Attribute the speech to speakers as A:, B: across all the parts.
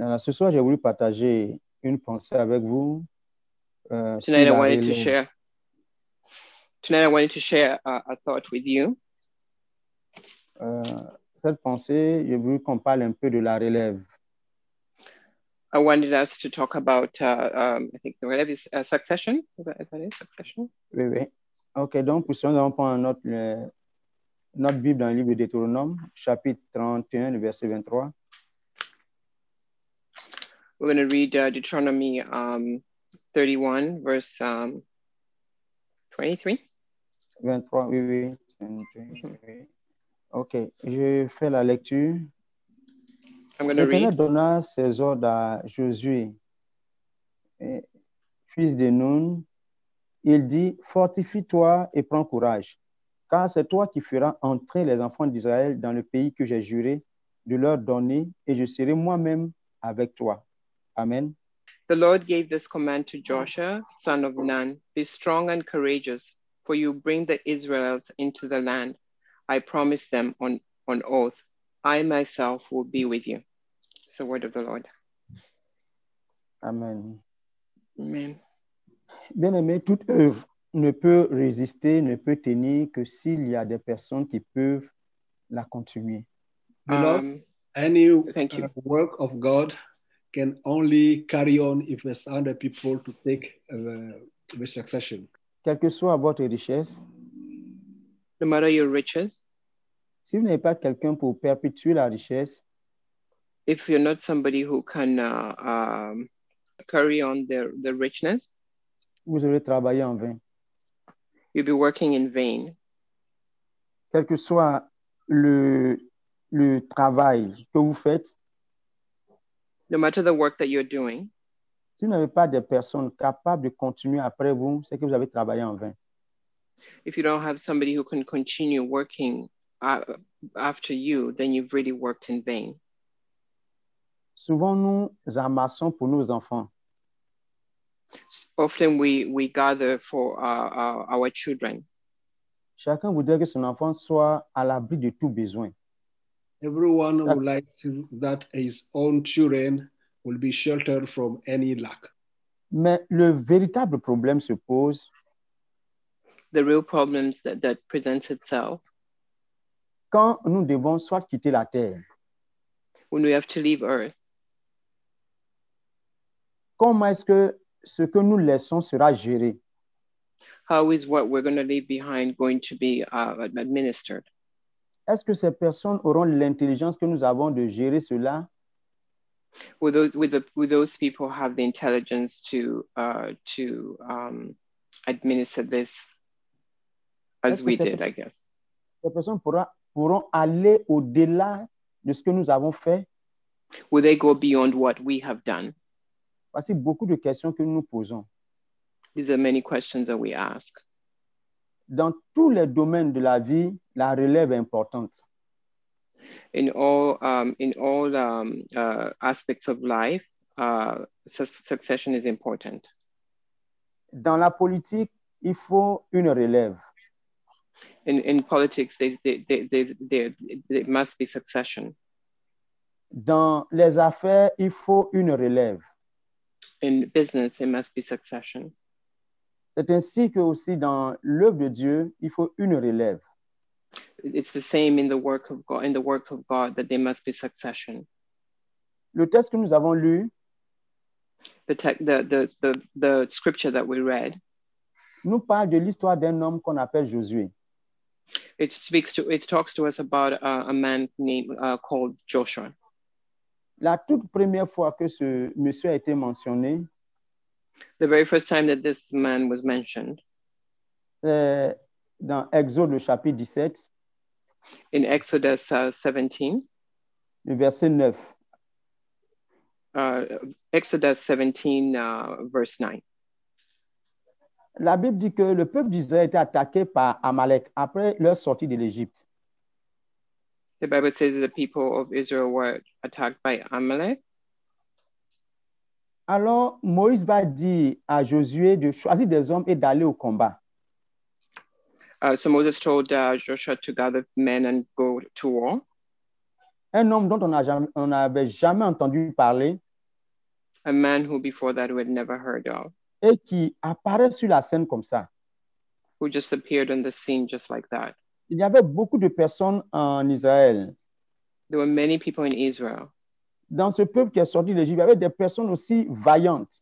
A: Euh, ce soir, j'ai voulu partager une pensée avec vous. euh, sur
B: Tonight, I
A: la
B: wanted to
A: relève.
B: share. Tonight, I wanted to share a, a thought with you.
A: Euh, cette pensée, j'ai voulu qu'on parle un peu de la relève.
B: I wanted us to talk about, uh, um, I think the word is uh, succession. Is that, is that it? Succession?
A: Oui, oui. OK, donc pour cela, nous allons prendre notre, euh, notre Bible dans le livre de Deutéronome, chapitre 31, le verset 23.
B: We're going to read uh, Deuteronomy um, 31, verse um, 23.
A: 23, oui, oui. 23, oui. OK, je fais la lecture.
B: I'm going to
A: L'Éternel
B: read.
A: donna ses ordres à Josué, eh, fils de Nun. Il dit, fortifie-toi et prends courage, car c'est toi qui feras entrer les enfants d'Israël dans le pays que j'ai juré de leur donner, et je serai moi-même avec toi. Amen.
B: The Lord gave this command to Joshua, son of Nun Be strong and courageous, for you bring the Israelites into the land. I promise them on, on oath, I myself will be with you. It's the word of the Lord.
A: Amen.
B: Amen.
A: Bien-aimé, toute œuvre ne peut résister, ne peut tenir que s'il y a des personnes qui peuvent la continuer.
C: Beloved,
B: Um,
C: any
B: thank you.
C: uh, work of God can only carry on if there's other people to take uh, the succession.
A: Quelle que soit votre richesse,
B: No matter your riches,
A: Si vous n'avez pas quelqu'un pour perpétuer la richesse,
B: if you're not somebody who can uh, um, carry on the, the richness,
A: vous aurez travaillé en vain.
B: you'll be working in vain.
A: Quel que soit le, le travail que vous faites,
B: No matter the work that you're doing,
A: si vous n'avez pas des personnes capables de continuer après vous, c'est que vous avez travaillé en vain.
B: if you don't have somebody who can continue working uh, after you, then you've really worked in vain.
A: Souvent, nous amassons pour nos enfants,
B: Often we, we gather for uh, our, our children.
A: chacun voudrait que son enfant soit à l'abri de tout besoin.
C: Everyone
A: That-
C: would like to, that his own children will be sheltered from any lack.
A: Mais le véritable problème se pose
B: The real problems that, that presents itself
A: quand nous devons soit quitter la terre.
B: when we have to leave Earth.
A: Comment est-ce que ce que nous laissons sera géré?
B: How is what we're going to leave behind going to be uh, administered?
A: Est-ce que ces personnes auront l'intelligence que nous avons de gérer cela
B: Will those, will, the, will those people have the intelligence to, uh, to um, administer this as
A: Est-ce que
B: we
A: c'est-
B: did, I guess?
A: ces personnes pourra- pourront aller au-delà de ce que nous avons fait?
B: Will they go beyond what we have done?
A: Voici beaucoup de questions que nous nous posons.
B: These are many questions that we ask.
A: Dans tous les domaines de la vie, la relève est importante.
B: in all um, in all um, uh, aspects of life, uh, su- succession is important.
A: Dans la politique, il faut une relève.
B: In in politics, there's there, there, there's- there, there must be succession.
A: Dans les affaires, il faut une relève.
B: In business, there must be succession.
A: C'est ainsi que aussi dans l'œuvre de Dieu, il faut une relève.
B: It's the same in the work of God. In the work of God, that there must be succession.
A: Le texte que nous avons lu
B: The tec- the, the the the scripture that we read,
A: nous parle de l'histoire d'un homme qu'on appelle Josué.
B: it speaks to it talks to us about uh, a man named uh, called Joshua.
A: La toute première fois que ce monsieur a été mentionné,
B: The very first time that this man was mentioned
A: c'est euh, dans Exode le chapitre 17,
B: in Exodus uh, 17,
A: le verset 9.
B: uh, Exodus 17, uh, verse 9.
A: La Bible dit que le peuple d'Israël était attaqué par Amalek après leur sortie de l'Égypte.
B: The Bible says that the people of Israel were attacked by Amalek.
A: Alors Moïse va dire à Josué de choisir des hommes et d'aller au combat.
B: Uh, so Moses told uh, Joshua to gather men and go to war.
A: Un homme dont on n'a jamais- on n'avait jamais entendu parler
B: a man who before that we had never heard of,
A: et qui apparaît sur la scène comme ça.
B: who just appeared on the scene just like that.
A: Il y avait beaucoup de personnes en Israël.
B: There were many people in Israel,
A: Dans ce peuple qui est sorti d'Égypte, il y avait des personnes aussi vaillantes.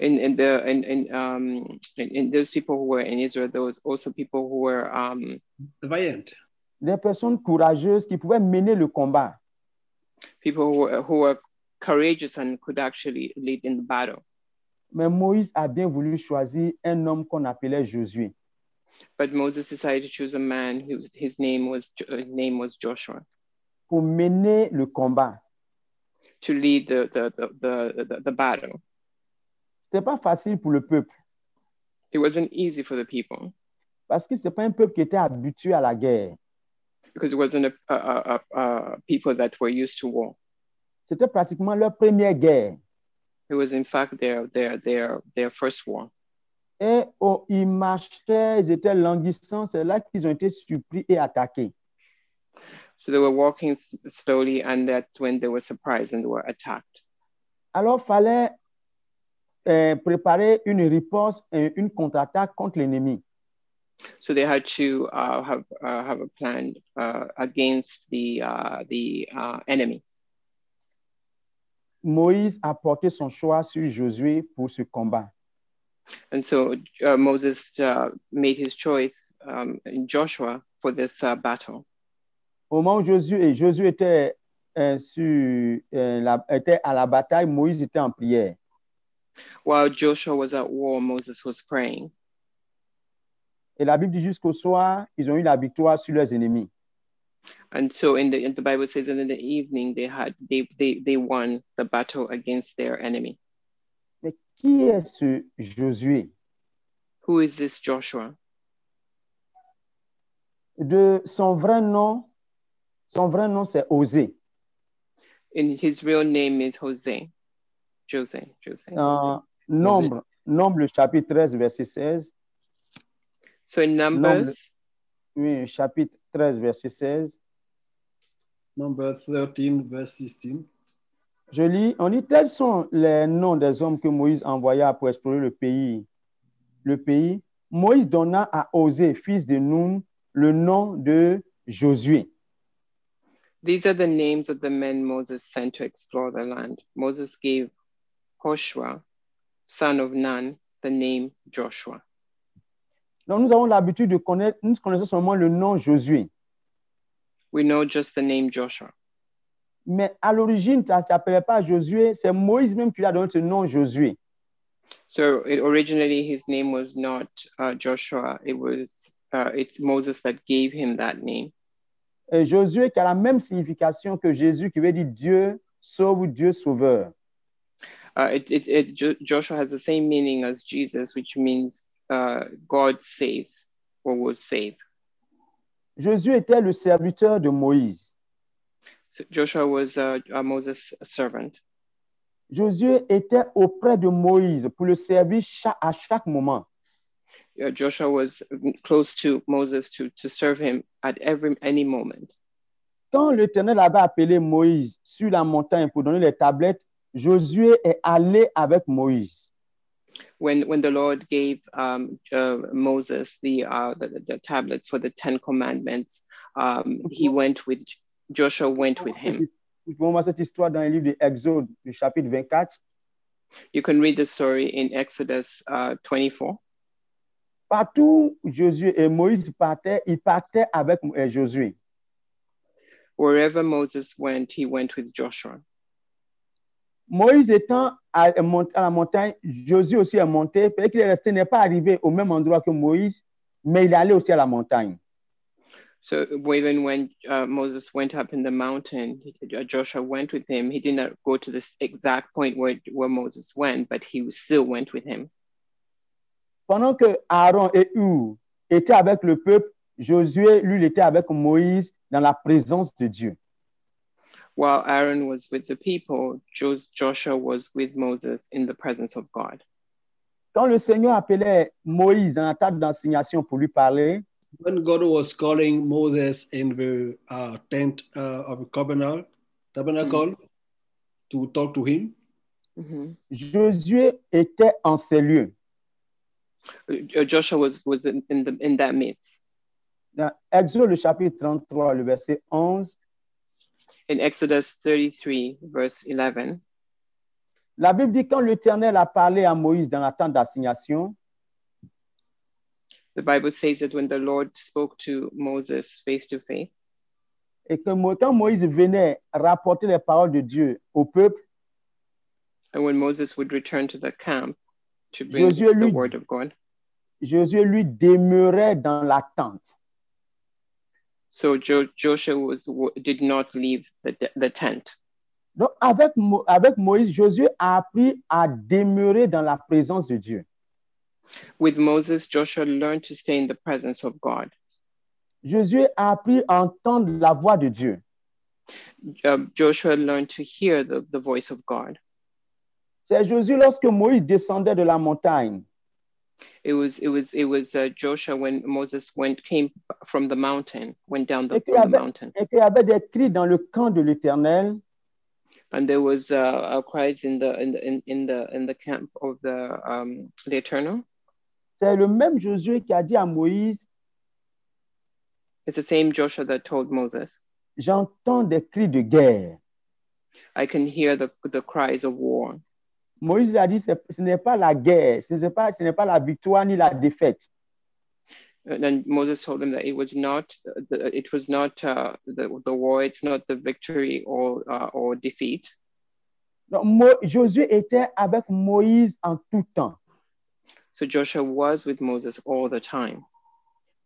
B: in, in the in, in um in, in those people who were in Israel, there was also people who were um
C: Vaillante.
A: des personnes courageuses qui pouvaient mener le combat.
B: people who were, who were courageous and could actually lead in the battle.
A: Mais Moïse a bien voulu choisir un homme qu'on appelait Josué.
B: But Moses decided to choose a man whose his name was Jo- uh, name was Joshua
A: pour mener le combat.
B: to lead the the the the, the, the battle.
A: C'était pas facile pour le peuple
B: It wasn't easy for the people
A: parce que c'était pas un peuple qui était habitué à la guerre.
B: because it wasn't a, a, a, a a people that were used to war.
A: C'était pratiquement leur première guerre.
B: It was in fact their their their their first war.
A: Et oh, ils marchaient, ils étaient languissants. C'est là qu'ils ont été surpris et attaqués.
B: So they were walking s- slowly, and that's when they were surprised and were attacked.
A: Alors, fallait euh, préparer une riposte, euh, une contre-attaque contre l'ennemi.
B: So they had to uh, have uh, have a plan uh, against the uh, the uh, enemy.
A: Moïse a porté son choix sur Josué pour ce combat.
B: And so uh, Moses uh, made his choice um, in Joshua for this uh, battle.
A: Au moment où Josué, et Josué était, euh, sur, euh, la- était à la bataille, Moïse était en prière.
B: While Joshua was at war, Moses was praying.
A: Et la Bible dit jusqu'au soir, ils ont eu la victoire sur leurs ennemis.
B: And so in the, in the Bible says that in the evening they had they, they, they won the battle against their enemy.
A: Mais qui est ce Josué
B: Who is this Joshua?
A: De son vrai nom, son vrai nom c'est Osée.
B: And his real name is Jose. Jose, Jose.
A: En nombre, nombre le chapitre 13 verset 16.
B: so in Numbers,
A: Oui, chapitre 13 verset 16.
C: Number 13, verse 16.
A: Je lis, on dit tels sont les noms des hommes que Moïse envoya pour explorer le pays. Le pays, Moïse donna à Osée, fils de Nun, le nom de Josué.
B: these are the names of the men Moses sent to explore the land. Moses gave Joshua, son of Nun, the name Joshua.
A: Donc nous avons l'habitude de connaître, nous connaissons seulement le nom Josué.
B: We know just the name Joshua.
A: Mais à l'origine, ça ne s'appelait pas Josué, c'est Moïse même qui lui a donné ce nom Josué.
B: So it, originally his name was not uh, Joshua. It was uh, it's Moses that gave him that name.
A: Et Josué qui a la même signification que Jésus qui veut dire Dieu sauve ou Dieu sauveur.
B: Uh, it, it, it, jo- Joshua has the same meaning as Jesus, which means uh, God saves or will save.
A: Jésus était le serviteur de Moïse.
B: So Joshua was uh, uh, Moses' servant.
A: Josué était auprès de Moïse pour le servir cha- à chaque moment.
B: Uh, Joshua was close to Moses to, to serve him at every any moment.
A: Quand l'Éternel avait appelé Moïse sur la montagne pour donner les tablettes, Josué est allé avec Moïse.
B: When when the Lord gave um, uh, Moses the, uh, the the tablets for the Ten Commandments, um, he went with Joshua went with him.
A: Nous pouvons voir cette histoire dans le livre de Exode, du chapitre 24.
B: You can read the story in Exodus uh, 24.
A: Partout où Josué et Moïse partaient, ils partaient avec euh, Josué.
B: Wherever Moses went, he went with Joshua.
A: Moïse étant à, est monté à la montagne, Josué aussi est monté. Peut-être qu'il est resté, n'est pas arrivé au même endroit que Moïse, mais il est allé aussi à la montagne.
B: So even when uh, Moses went up in the mountain, he- uh, Joshua went with him. He did not go to this exact point where, where Moses went, but he still went with him.
A: Pendant que Aaron et Hur étaient avec le peuple, Josué, lui, il était avec Moïse dans la présence de Dieu.
B: While Aaron was with the people, Jos- Joshua was with Moses in the presence of God.
A: Quand le Seigneur appelait Moïse dans la table d'assignation pour lui parler,
C: When God was calling Moses in the
B: Hmm.
C: uh, tent uh, of covenant, tabernacle to talk to him,
B: Mhm.
A: Josué était en ces lieux.
B: Uh, Joshua was, was in, in, the, in that midst.
A: Dans Exode, le chapitre 33, le verset 11,
B: In Exodus 33, verse 11,
A: la Bible dit quand l'Éternel a parlé à Moïse dans la tente d'assignation,
B: the Bible says that when the Lord spoke to Moses face to face,
A: et que Mo- quand Moïse venait rapporter les paroles de Dieu au peuple,
B: and when Moses would return to the camp to bring
A: Josué
B: the
A: lui-
B: word of God,
A: Josué lui demeurait dans la tente.
B: so jo- Joshua was, w- did not leave the, de- the tent.
A: Donc avec, Mo- avec Moïse, Josué a appris à demeurer dans la présence de Dieu.
B: With Moses, Joshua learned to stay in the presence of God.
A: Josué a appris à entendre la voix de Dieu.
B: Um, Joshua learned to hear the, the voice of God.
A: C'est Josué lorsque Moïse descendait de la montagne
B: It was it was it was uh, Joshua when Moses went came from the mountain, went down the,
A: Et qu'il
B: from the
A: avait-
B: mountain,
A: et qu'il y avait des cris dans le camp de l'Éternel.
B: and there was uh, uh, cries in the in the in, in the in the camp of the um, the Eternal.
A: C'est le même Josué qui a dit à Moïse,
B: It's the same Joshua that told Moses,
A: j'entends des cris de guerre.
B: "I can hear the the cries of war."
A: Moïse lui a dit, ce ce n'est pas la guerre, ce n'est pas, ce n'est pas la victoire ni la défaite.
B: And then Moses told him that it was not the, it was not uh, the the war, it's not the victory or uh, or defeat.
A: Donc, Mo- Josué était avec Moïse en tout temps.
B: So Joshua was with Moses all the time.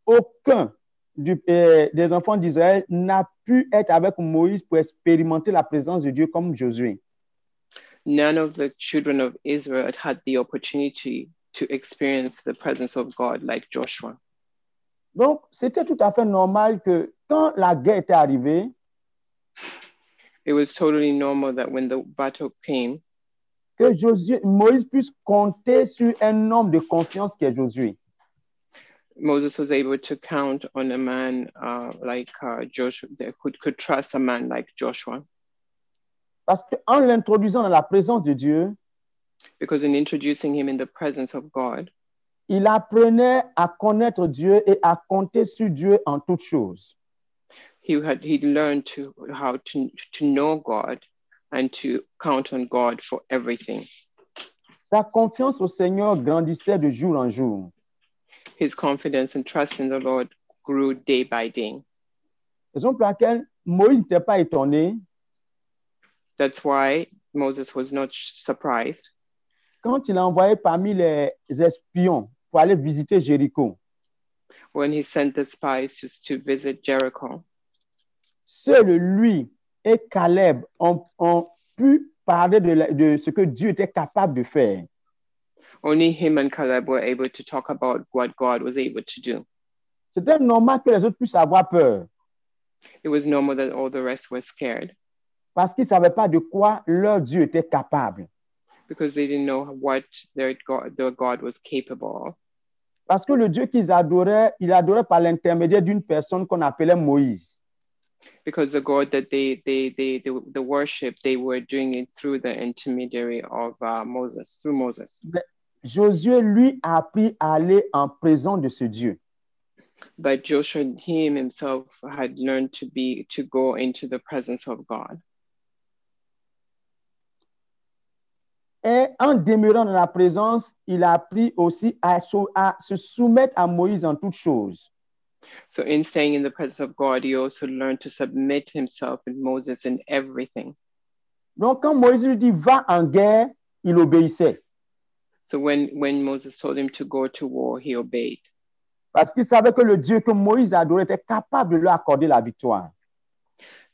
A: Aucun du- euh, des enfants d'Israël n'a pu être avec Moïse pour expérimenter la présence de Dieu comme Josué.
B: none of the children of Israel had had the opportunity to experience the presence of God like Joshua.
A: Donc, c'était tout à fait normal que quand la guerre était arrivée,
B: It was totally normal that when the battle came,
A: que Josué- Moïse puisse compter sur un homme de confiance qui est Josué.
B: Moses was able to count on a man uh, like uh, Joshua, that could, could trust a man like Joshua.
A: Parce qu'en l'introduisant dans la présence de Dieu,
B: Because in introducing him in the presence of God,
A: il apprenait à connaître Dieu et à compter sur Dieu en toutes choses.
B: he had he learned to how to, to know God and to count on God for everything.
A: Sa confiance au Seigneur grandissait de jour en jour.
B: His confidence and trust in the Lord grew day by day.
A: Raison pour laquelle Moïse n'était pas étonné
B: That's why Moses was not surprised
A: quand il a envoyé parmi les espions pour aller visiter Jéricho.
B: when he sent the spies just to visit Jericho.
A: Seul lui et Caleb ont, ont pu parler de, la- de ce que Dieu était capable de faire.
B: Only him and Caleb were able to talk about what God was able to do.
A: C'était normal que les autres puissent avoir peur
B: It was normal that all the rest were scared
A: parce qu'ils ne savaient pas de quoi leur Dieu était capable.
B: because they didn't know what their God, their God was capable of.
A: Parce que le Dieu qu'ils adoraient, ils adoraient par l'intermédiaire d'une personne qu'on appelait Moïse.
B: Because the God that they, they, they, they, the worship, they were doing it through the intermediary of uh, Moses, through Moses.
A: Josué, lui, a appris à aller en présence de ce Dieu.
B: But Joshua, he himself had learned to be, to go into the presence of God.
A: Et en demeurant dans la présence, il a appris aussi à, sou- à se soumettre à Moïse en toutes choses.
B: So, in staying in the presence of God, he also learned to submit himself and Moses in everything.
A: Donc, quand Moïse lui dit va en guerre, il obéissait
B: So, when, when Moses told him to go to war, he obeyed
A: parce qu'il savait que le Dieu que Moïse adorait était capable de lui accorder la victoire.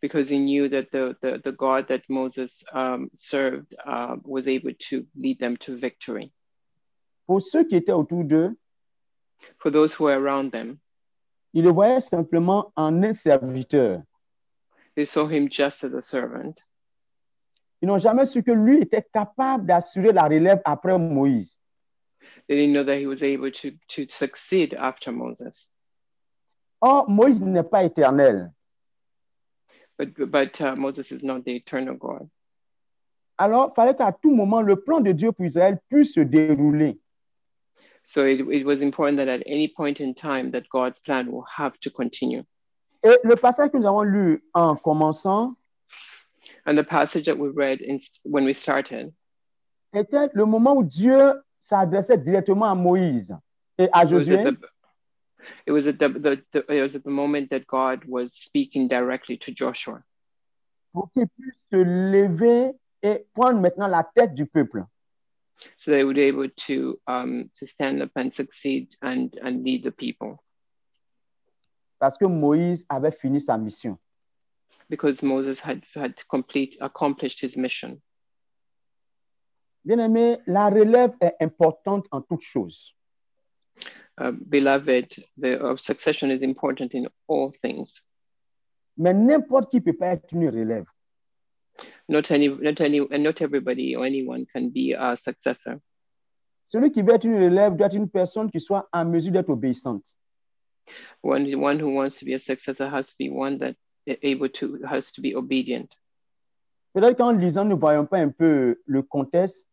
B: because he knew that the, the, the God that Moses um, served uh, was able to lead them to victory.
A: Pour ceux qui étaient autour d'eux,
B: For those who were around them,
A: il le voyait simplement en un serviteur.
B: they saw him just as a servant.
A: Ils n'ont jamais su que lui était capable d'assurer la relève après Moïse.
B: They didn't know that he was able to, to succeed after Moses.
A: Or, Moïse n'est pas éternel.
B: But, but uh, Moses is not the eternal God.
A: Alors, il fallait qu'à tout moment, le plan de Dieu pour Israël puisse se dérouler.
B: So it, it was important that at any point in time that God's plan will have to continue.
A: Et le passage que nous avons lu en commençant
B: And the passage that we read in, when we started
A: était le moment où Dieu s'adressait directement à Moïse et à
B: it was at
A: Josué.
B: the it was at the, the, the it was at the moment that God was speaking directly to Joshua
A: pour qu'ils puissent se lever et prendre maintenant la tête du peuple.
B: so they would be able to um, to stand up and succeed and and lead the people
A: Parce que Moïse avait fini sa mission.
B: because Moses had had complete accomplished his mission.
A: Bien aimé, la relève est importante en toutes choses.
B: Uh, beloved, the uh, succession is important in all things.
A: Mais n'importe qui peut pas être une relève.
B: Not any, not any, and not everybody or anyone can be a successor.
A: Celui qui veut être une relève doit être une personne qui soit en mesure d'être obéissante.
B: One, one who wants to be a successor has to be one that's able to has to be obedient.
A: Peut-être qu'en lisant, nous ne voyons pas un peu le contexte.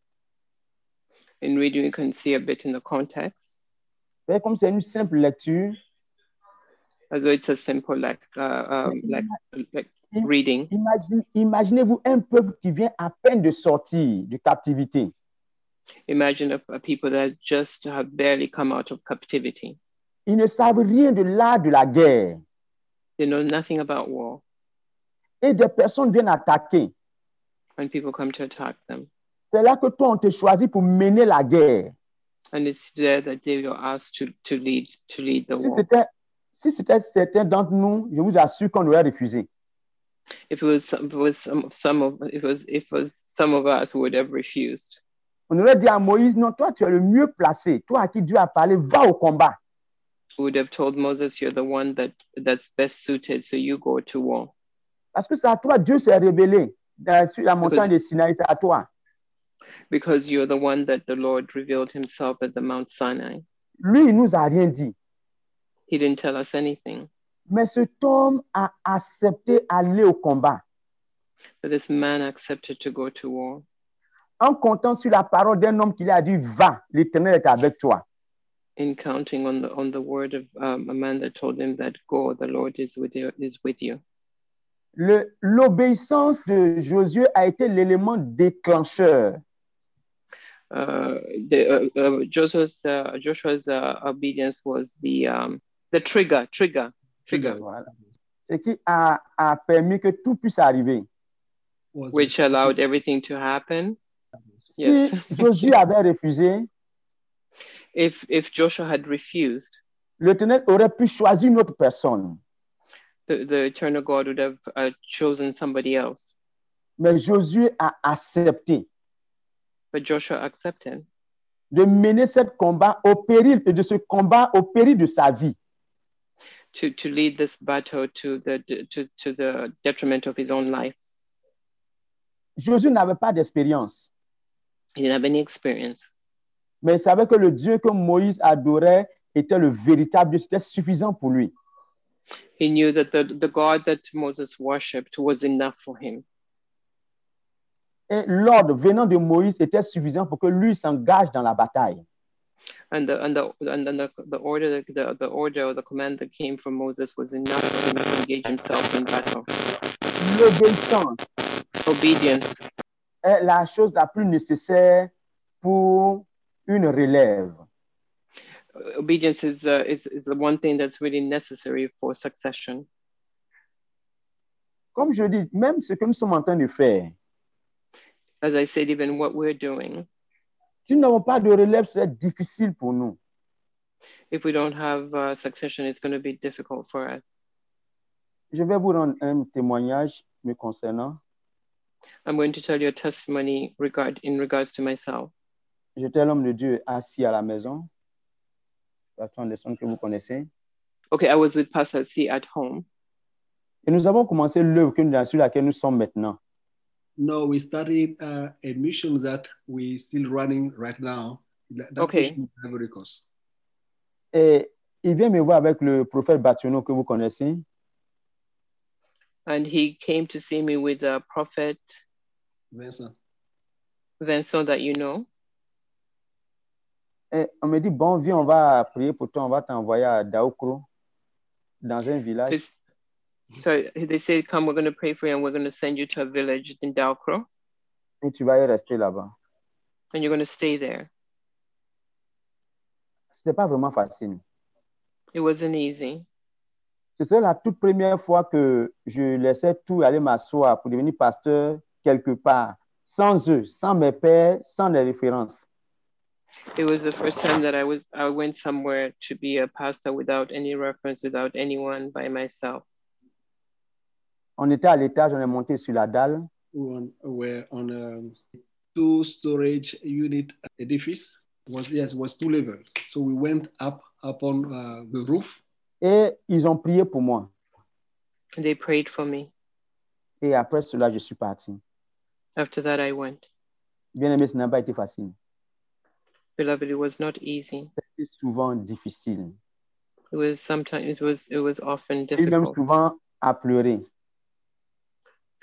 B: In reading, you can see a bit in the context,
A: Peut-être comme c'est une simple lecture,
B: as though it's a simple like uh, um, like like reading.
A: imagine- imaginez-vous un peuple qui vient à peine de sortir de captivité.
B: Imagine a, a people that just have barely come out of captivity.
A: Ils ne savent rien de l'art de la guerre.
B: They know nothing about war,
A: Et des personnes viennent attaquer.
B: and people come to attack them.
A: C'est là que toi, on te choisit pour mener la guerre.
B: And it's there that they are asked to to lead to lead the
A: Si
B: war.
A: c'était si c'était certains d'entre nous, je vous assure qu'on aurait refusé.
B: if it was some, if it was some, some of it was if it was some of us who would have refused
A: On aurait dit à Moïse, non, toi, tu es le mieux placé. Toi à qui Dieu a parlé, va au combat.
B: we would have told moses you're the one that that's best suited so you go to war
A: Parce que c'est à toi, Dieu s'est révélé. Dans- sur la montagne de Sinaï, c'est à toi.
B: because you're the one that the lord revealed himself at the mount sinai
A: Lui, il nous a rien dit.
B: he didn't tell us anything
A: Mais cet homme a accepté aller au combat
B: but this man accepted to go to war
A: en comptant sur la parole d'un homme qui lui a dit, va, l'Éternel est avec toi.
B: in counting on the on the word of um, a man that told him that go the lord is with you is with you
A: Le- L'obéissance de Josué a été l'élément déclencheur
B: uh, the, uh, uh, Joshua's uh, Joshua's uh, obedience was the um, the trigger trigger trigger
A: Voilà. Ce qui a, a permis que tout puisse arriver.
C: was
B: which uh, allowed everything to happen. Yes.
A: Si Josué avait refusé,
B: If if Joshua had refused,
A: l'Éternel aurait pu choisir une autre personne.
B: the, the eternal God would have uh, chosen somebody else.
A: Mais Josué a accepté
B: But Joshua accepted
A: de mener ce combat au péril et de ce combat au péril de sa vie.
B: to, to lead this battle to the to, to the detriment of his own life.
A: Josué n'avait pas d'expérience,
B: He didn't have any experience,
A: mais il savait que le Dieu que Moïse adorait était le véritable Dieu. C'était suffisant pour lui.
B: he knew that the, the God that Moses worshipped was enough for him.
A: Et l'ordre venant de Moïse était suffisant pour que lui s'engage dans la bataille.
B: And the and the and then the, the order the, the order or the command that came from Moses was enough for him to engage himself in battle.
A: L'obéissance
B: Obedience
A: est la chose la plus nécessaire pour une relève.
B: obedience is, uh, is, is the one thing that's really necessary for succession.
A: Comme je dis, même ce que nous sommes en train de faire,
B: As I said, even what we're doing,
A: si nous n'avons pas de relève, c'est difficile pour nous.
B: if we don't have uh, succession, it's going to be difficult for us.
A: Je vais vous rendre un témoignage me concernant.
B: I'm going to tell you a testimony regard in regards to myself.
A: J'étais l'homme de Dieu assis à la maison. Pasteur Anderson que vous connaissez.
B: Okay, I was with Pastor C at home,
A: Et nous avons commencé l'œuvre que nous- sur laquelle nous sommes maintenant.
C: No, we started uh, a mission that we still running right now. That, that
B: Okay.
C: mission in Ivory Coast.
A: Et il vient me voir avec le prophète Batiano que vous connaissez.
B: and he came to see me with a uh, prophet
C: Vincent.
B: then so that you know.
A: Et on me dit, bon, viens, on va prier pour toi, on va t'envoyer à Daoukro, dans un village.
B: Just- so they said, Come, we're going to pray for you and we're going to send you to a village in Dalcro
A: et tu vas y rester là-bas.
B: and you're going to stay there.
A: C'était pas vraiment facile.
B: It wasn't easy.
A: C'était la toute première fois que je laissais tout aller m'asseoir pour devenir pasteur quelque part, sans eux, sans mes pères, sans les références.
B: It was the first time that I was I went somewhere to be a pastor without any reference, without anyone, by myself.
A: On était à l'étage, on est monté sur la dalle.
C: on were on a two storage unit edifice. Was yes, was two levels. So we went up upon uh, the roof,
A: Et ils ont prié pour moi.
B: And they prayed for me.
A: Et après cela, je suis parti.
B: After that, I went.
A: Bien aimé, ce n'a pas été facile.
B: Beloved, it was not easy.
A: C'était souvent difficile.
B: It was sometimes it was it was often
A: Et même
B: difficult.
A: souvent à pleurer.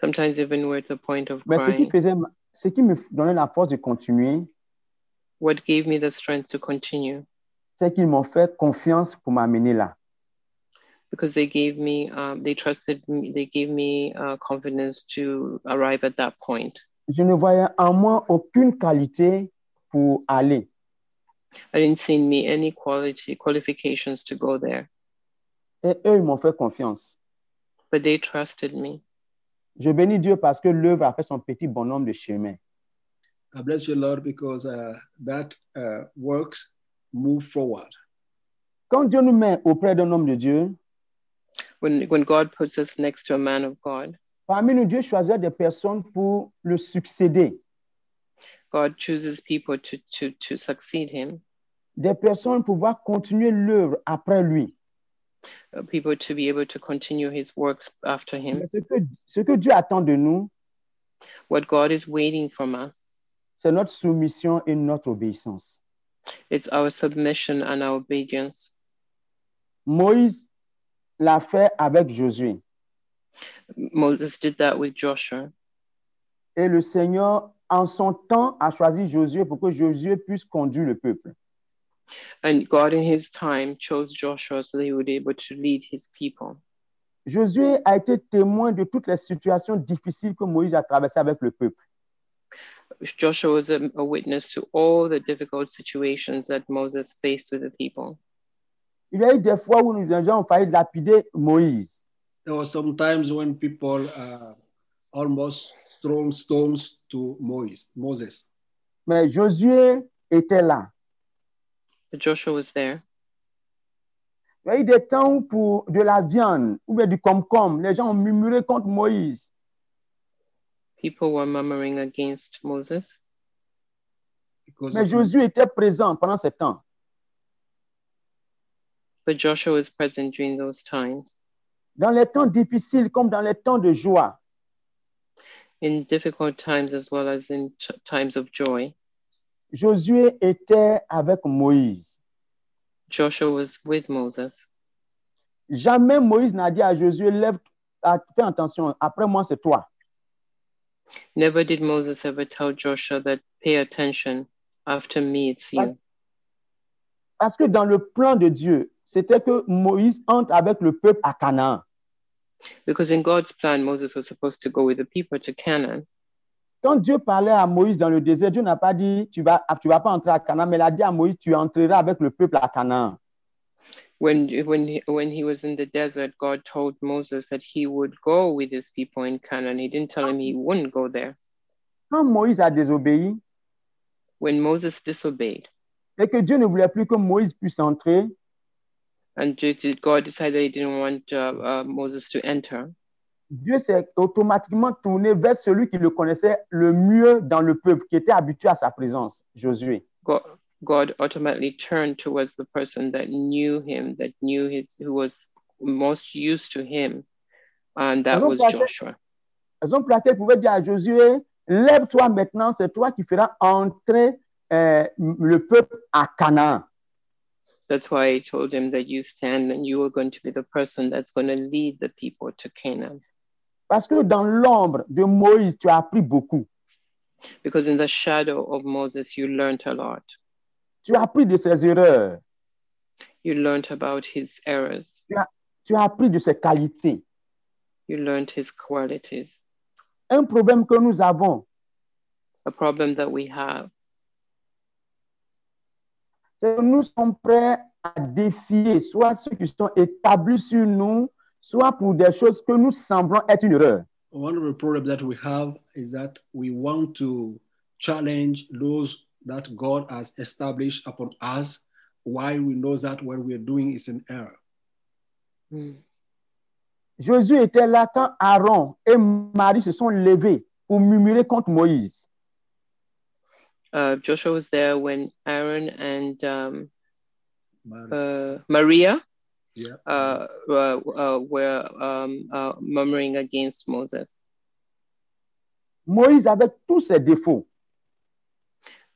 B: Sometimes even we're at the point of
A: Mais ce qui,
B: crying.
A: faisait, ce qui me donnait la force de continuer,
B: What gave me the strength to continue?
A: c'est qu'ils m'ont fait confiance pour m'amener là.
B: Because they gave me, um, they trusted me, they gave me uh, confidence to arrive at that point.
A: Je ne voyais en moi aucune qualité pour aller.
B: I didn't see in me any quality qualifications to go there,
A: Et eux, ils m'ont fait confiance.
B: but they trusted me.
A: Je bénis Dieu parce que l'œuvre a fait son petit bonhomme de chemin.
C: I Uh, bless you, Lord, because uh, that uh, works move forward.
A: Quand Dieu nous met auprès d'un homme de Dieu,
B: When when God puts us next to a man of God,
A: parmi nous, Dieu choisit des personnes pour le succéder,
B: God chooses people to to to succeed Him,
A: des personnes pour pouvoir continuer l'œuvre après lui.
B: uh, people to be able to continue His works after Him.
A: Mais ce que, ce que Dieu attend de nous,
B: What God is waiting from us,
A: c'est notre soumission et notre obéissance.
B: it's our submission and our obedience.
A: Moïse l'a fait avec Josué.
B: Moses did that with Joshua,
A: Et le Seigneur, en son temps, a choisi Josué pour que Josué puisse conduire le peuple.
B: and God in His time chose Joshua so that He would be able to lead His people.
A: Josué a été témoin de toutes les situations difficiles que Moïse a traversées avec le peuple.
B: Joshua was a, a witness to all the difficult situations that Moses faced with the people.
A: Il y a eu des fois où nous avons failli lapider Moïse.
C: There were some times when people uh, almost thrown stones to Mois- Moses,
A: Mais Josué était là.
B: But Joshua was there.
A: Il y a eu des temps où pour de la viande ou bien du com-com, les gens ont murmuré contre Moïse.
B: People were murmuring against Moses,
C: because
A: Mais Josué était présent pendant ce temps.
B: but Joshua was present during those times.
A: Dans les temps difficiles comme dans les temps de joie,
B: In difficult times as well as in t- times of joy,
A: Josué était avec Moïse.
B: Joshua was with Moses.
A: Jamais Moïse n'a dit à Josué, lève, ah, fais attention, après moi c'est toi.
B: Never did Moses ever tell Joshua that pay attention, after me it's you.
A: That's- Parce que dans le plan de Dieu, c'était que Moïse entre avec le peuple à Canaan.
B: Because in God's plan, Moses was supposed to go with the people to Canaan.
A: Quand Dieu parlait à Moïse dans le désert, Dieu n'a pas dit, tu vas, tu vas pas entrer à Canaan, mais il a dit à Moïse, tu entreras avec le peuple à Canaan.
B: when when he, when he was in the desert god told moses that he would go with his people in canaan he didn't tell him he wouldn't go there
A: Quand Moïse a désobéi
B: when moses disobeyed
A: et que Dieu ne voulait plus que Moïse puisse entrer,
B: and due to- god decided he didn't want uh, uh, moses to enter
A: Dieu s'est automatiquement tourné vers celui qui le connaissait le mieux dans le peuple, qui était habitué à sa présence, Josué.
B: god, god automatically turned towards the person that knew him that knew his who was most used to him and that
A: Raison
B: was
A: pour laquelle-
B: joshua
A: raison pour laquelle il pouvait dire à Josué, lève-toi maintenant, c'est toi qui feras entrer euh, le peuple à Canaan.
B: that's why he told him that you stand and you are going to be the person that's going to lead the people to canaan
A: Parce que dans l'ombre de Moïse, tu as appris beaucoup.
B: because in the shadow of Moses, you learnt a lot.
A: Tu as appris de ses erreurs.
B: You learnt about his errors,
A: Tu as appris de ses qualités.
B: you learnt his qualities.
A: Un problème que nous avons,
B: A problem that we have
A: c'est que nous sommes prêts à défier soit ceux qui sont établis sur nous, soit pour des choses que nous semblons être une erreur.
C: One of the problems that we have is that we want to challenge laws that God has established upon us while we know that what we're doing is an error.
A: Jésus était là quand Aaron et Marie se sont levés pour murmurer contre Moïse.
B: uh, Joshua was there when Aaron and um,
C: But,
B: uh, Maria
C: yeah.
B: uh, were, uh, were um, uh, murmuring against Moses.
A: Moïse avait tous ses défauts.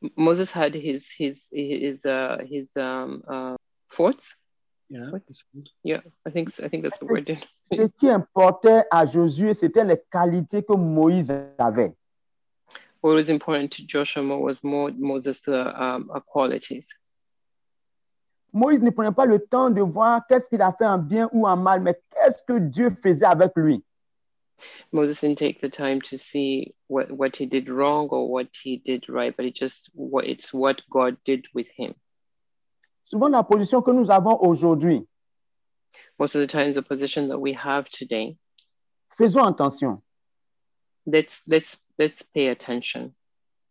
B: M- Moses had his his his uh, his um, uh, faults.
C: yeah,
B: what?
C: it's good.
B: I think I think that's the word.
A: Ce qui importait à Josué, c'était les qualités que Moïse avait.
B: What was important to Joshua more was more Moses' uh, um, uh, qualities.
A: Moïse ne prenait pas le temps de voir qu'est-ce qu'il a fait en bien ou en mal, mais qu'est-ce que Dieu faisait avec lui.
B: Moses didn't take the time to see what, what he did wrong or what he did right, but it just what it's what God did with him.
A: Souvent, la position que nous avons aujourd'hui,
B: Most of the times, the position that we have today,
A: faisons attention.
B: let's let's let's pay attention.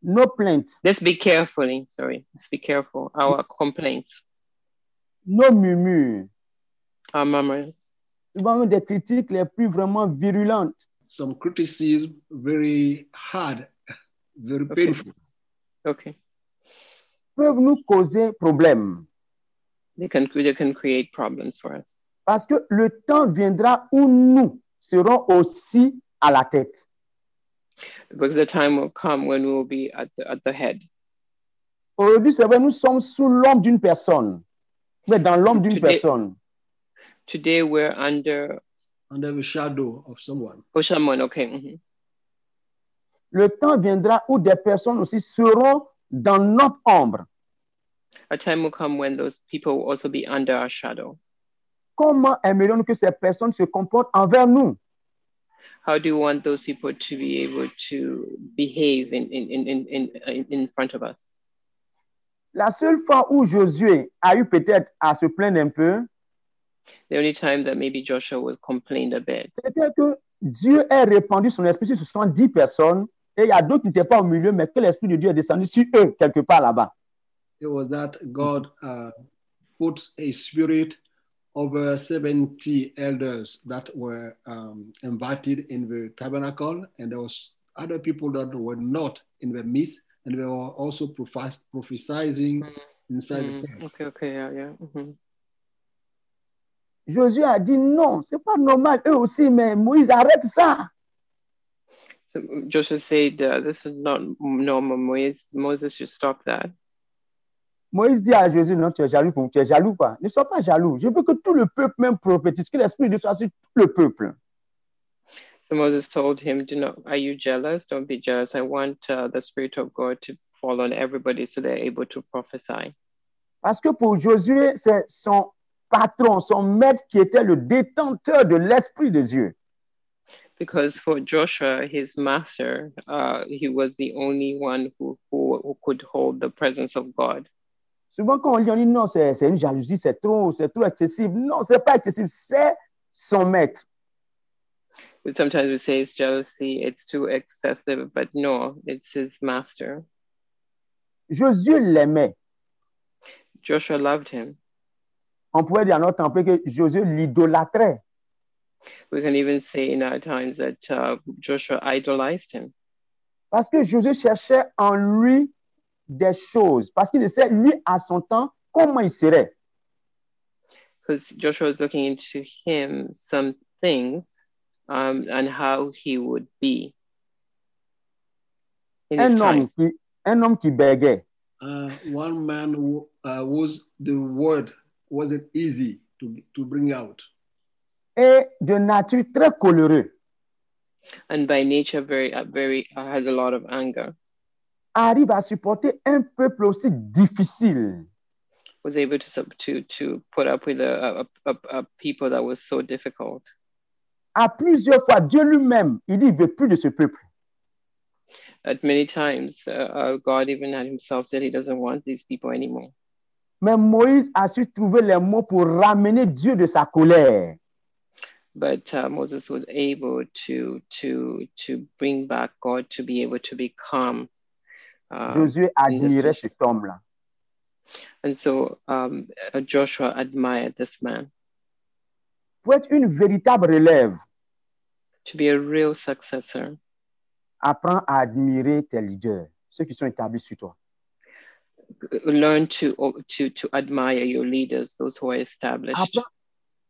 A: Nos plaintes,
B: Let's be carefully. Sorry, let's be careful. Our complaints,
A: nos murmures,
B: our murmurs,
A: souvent une des critiques les plus vraiment virulentes.
C: Some criticism, very hard, very
B: Okay.
C: painful.
B: okay,
A: peuvent nous causer problème.
B: they can they can create problems for us.
A: Parce que le temps viendra où nous serons aussi à la tête.
B: because the time will come when we will be at the, at the head.
A: Aujourd'hui, c'est vrai, nous sommes sous l'ombre d'une personne. Mais dans l'ombre d'une
B: Today-
A: personne.
B: Today we're under
C: Under the shadow of someone.
B: oh someone okay mhm.
A: Le temps viendra où des personnes aussi seront dans notre ombre.
B: a time will come when those people will also be under our shadow.
A: Comment aimerions-nous que ces personnes se comportent envers nous?
B: How do you want those people to be able to behave in in in in in, in- in front of us?
A: La seule fois où Josué a eu peut-être à se plaindre un peu,
B: The only time that maybe Joshua will complain a bit
A: c'était que Dieu ait répandu son esprit sur 70 personnes et il y a d'autres qui n'étaient pas au milieu, mais que l'esprit de Dieu est descendu sur eux quelque part là-bas.
C: It was that God uh, put a spirit over 70 elders that were um, invited in the tabernacle, and there was other people that were not in the midst, and they were also prophes- prophesying inside
B: Mm,
C: the tent.
B: okay okay yeah yeah mhm.
A: Josué a dit non, c'est pas normal, eux aussi, mais Moïse, arrête ça.
B: so Joshua said uh, this is not normal Moses Moses should stop that
A: Moïse dit à Jésus, non, tu es jaloux, pour- tu es jaloux quoi. Ne sois pas jaloux. Je veux que tout le peuple même prophétise, que l'Esprit de Dieu soit sur tout le peuple.
B: So Moses told him, "Do not. Are you jealous? Don't be jealous. I want uh, the spirit of God to fall on everybody, so they're able to prophesy."
A: Parce que pour Josué, c'est son patron, son maître qui était le détenteur de l'Esprit de Dieu.
B: Because for Joshua, his master, uh, he was the only one who, who who could hold the presence of God.
A: Souvent, quand on lit, on dit non, c'est c'est une jalousie, c'est trop, c'est trop excessif. Non, c'est pas excessif, c'est son maître.
B: But sometimes we say it's jealousy, it's too excessive, but no, it's his master.
A: Jésus l'aimait.
B: Joshua loved him.
A: On pourrait dire à notre temps que Jésus l'idolâtrait.
B: We can even say in our times that uh, Joshua idolized him.
A: Parce que Jésus cherchait en lui des choses, parce qu'il sait, lui, à son temps, comment il serait.
B: because Joshua was looking into him some things um, and how he would be in his
A: Un homme,
B: time.
A: qui, un homme qui bégait,
C: Uh, one man who, uh, was the word wasn't easy to, to bring out.
A: et de nature très coléreux.
B: And by nature, very, uh, very uh, has a lot of anger.
A: arrive à supporter un peuple aussi difficile.
B: was able to sub- to to put up with a, a, a, a people that was so difficult.
A: À plusieurs fois, Dieu lui-même, il dit, il ne veut plus de ce peuple.
B: At many times, uh, uh, God even had Himself said He doesn't want these people anymore.
A: Mais Moïse a su trouver les mots pour ramener Dieu de sa colère.
B: But uh, Moses was able to to to bring back God to be able to be calm. Uh,
A: Josué admirait cet homme-là.
B: and so um, uh, Joshua admired this man
A: Pour être une véritable relève,
B: to be a real successor.
A: apprends à admirer tes leaders, ceux qui sont établis sur toi.
B: Learn to to to admire your leaders, those who are established.
A: Apprends,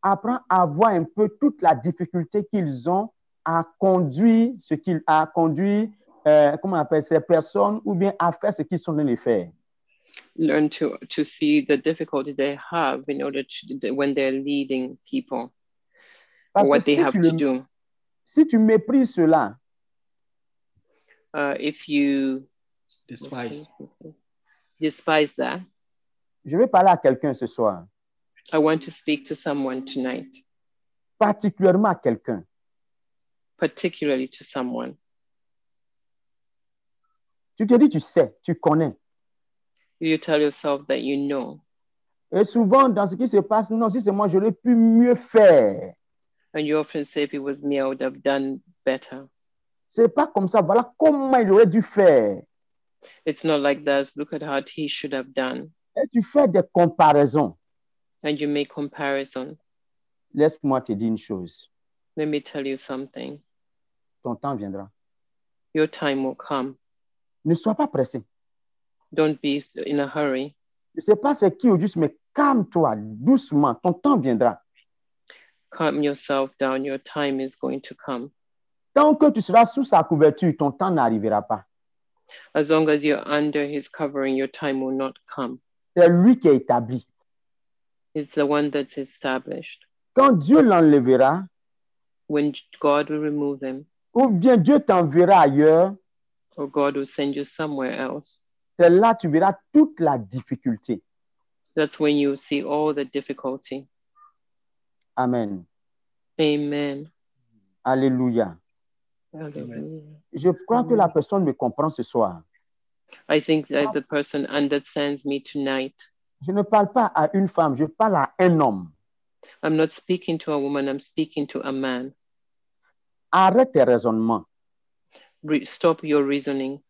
A: apprends à voir un peu toute la difficulté qu'ils ont à conduire ce qu'ils à conduire, euh, comment on appelle ces personnes, ou bien à faire ce qu'ils sont en train de faire.
B: learn to to see the difficulty they have in order to the- when they're leading people
A: Parce que
B: what they
A: si
B: have
A: tu,
B: to
A: le-
B: do
A: si tu méprises cela,
B: uh, if you
C: despised.
B: despise that
A: je vais parler à quelqu'un ce soir,
B: i want to speak to someone tonight
A: particulièrement à quelqu'un.
B: particularly to someone
A: Tu te dis, tu sais, tu connais.
B: you tell yourself that you know
A: Et souvent, dans ce qui se passe, non, si c'est moi, j'aurais pu mieux faire.
B: and you often say if it was me i would have done better
A: C'est pas comme ça. Voilà comment il aurait dû faire.
B: it's not like that look at what he should have done
A: Et tu fais des comparaisons.
B: and you make comparisons
A: Laisse-moi te dire une chose.
B: let me tell you something
A: Ton temps viendra.
B: your time will come
A: Ne sois pas pressé.
B: don't be in a hurry
A: Je ne sais pas c'est qui au juste, mais calme-toi doucement. Ton temps viendra.
B: calm yourself down. Your time is going to come.
A: Tant que tu seras sous sa couverture, ton temps n'arrivera pas.
B: As long as you're under his covering, your time will not come.
A: C'est lui qui est établi.
B: It's the one that's established.
A: Quand Dieu l'enlèvera,
B: When God will remove them,
A: ou bien Dieu t'enverra ailleurs,
B: or God will send you somewhere else,
A: c'est là que tu verras toute la difficulté.
B: that's when you see all the difficulty.
A: Amen.
B: Amen.
A: Alléluia.
B: Hallelujah.
A: Je crois que la personne me comprend ce soir.
B: I think that the person understands me tonight.
A: Je ne parle pas à une femme, je parle à un homme.
B: I'm not speaking to a woman, I'm speaking to a man.
A: Arrête tes raisonnements.
B: Re- stop your reasonings.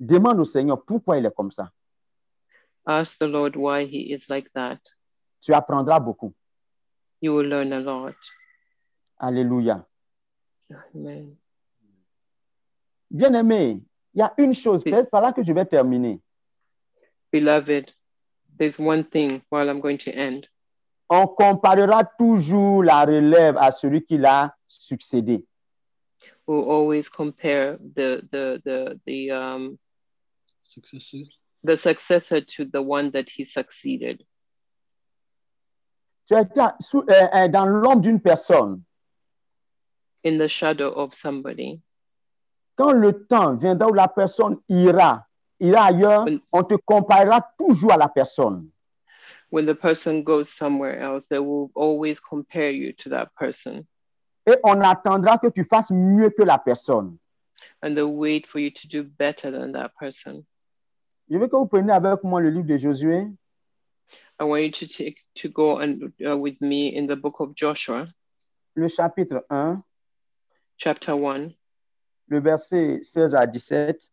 A: Demande au Seigneur pourquoi il est comme ça.
B: Ask the Lord why he is like that.
A: Tu apprendras beaucoup.
B: You will learn a lot.
A: Alléluia.
B: Amen.
A: Bien-aimé, il y a une chose,
B: Oui.
A: peut-être par là que je vais terminer.
B: Beloved, there's one thing while I'm going to end.
A: On comparera toujours la relève à celui qui l'a succédé.
B: We'll always compare the the the the um
C: Successor.
B: the successor to the one that he succeeded.
A: Tu étais sous- euh, euh, dans l'ombre d'une personne.
B: In the shadow of somebody.
A: Quand le temps viendra où la personne ira, ira ailleurs,
B: Oui.
A: on te comparera toujours à la personne.
B: When the person goes somewhere else, they will always compare you to that person
A: Et on attendra que tu fasses mieux que la personne.
B: and they'll wait for you to do better than that person.
A: Je veux que vous preniez avec moi le livre de Josué,
B: I want you to take to go and uh, with me in the book of Joshua,
A: le chapitre 1,
B: chapter 1,
A: le verset 16 à 17.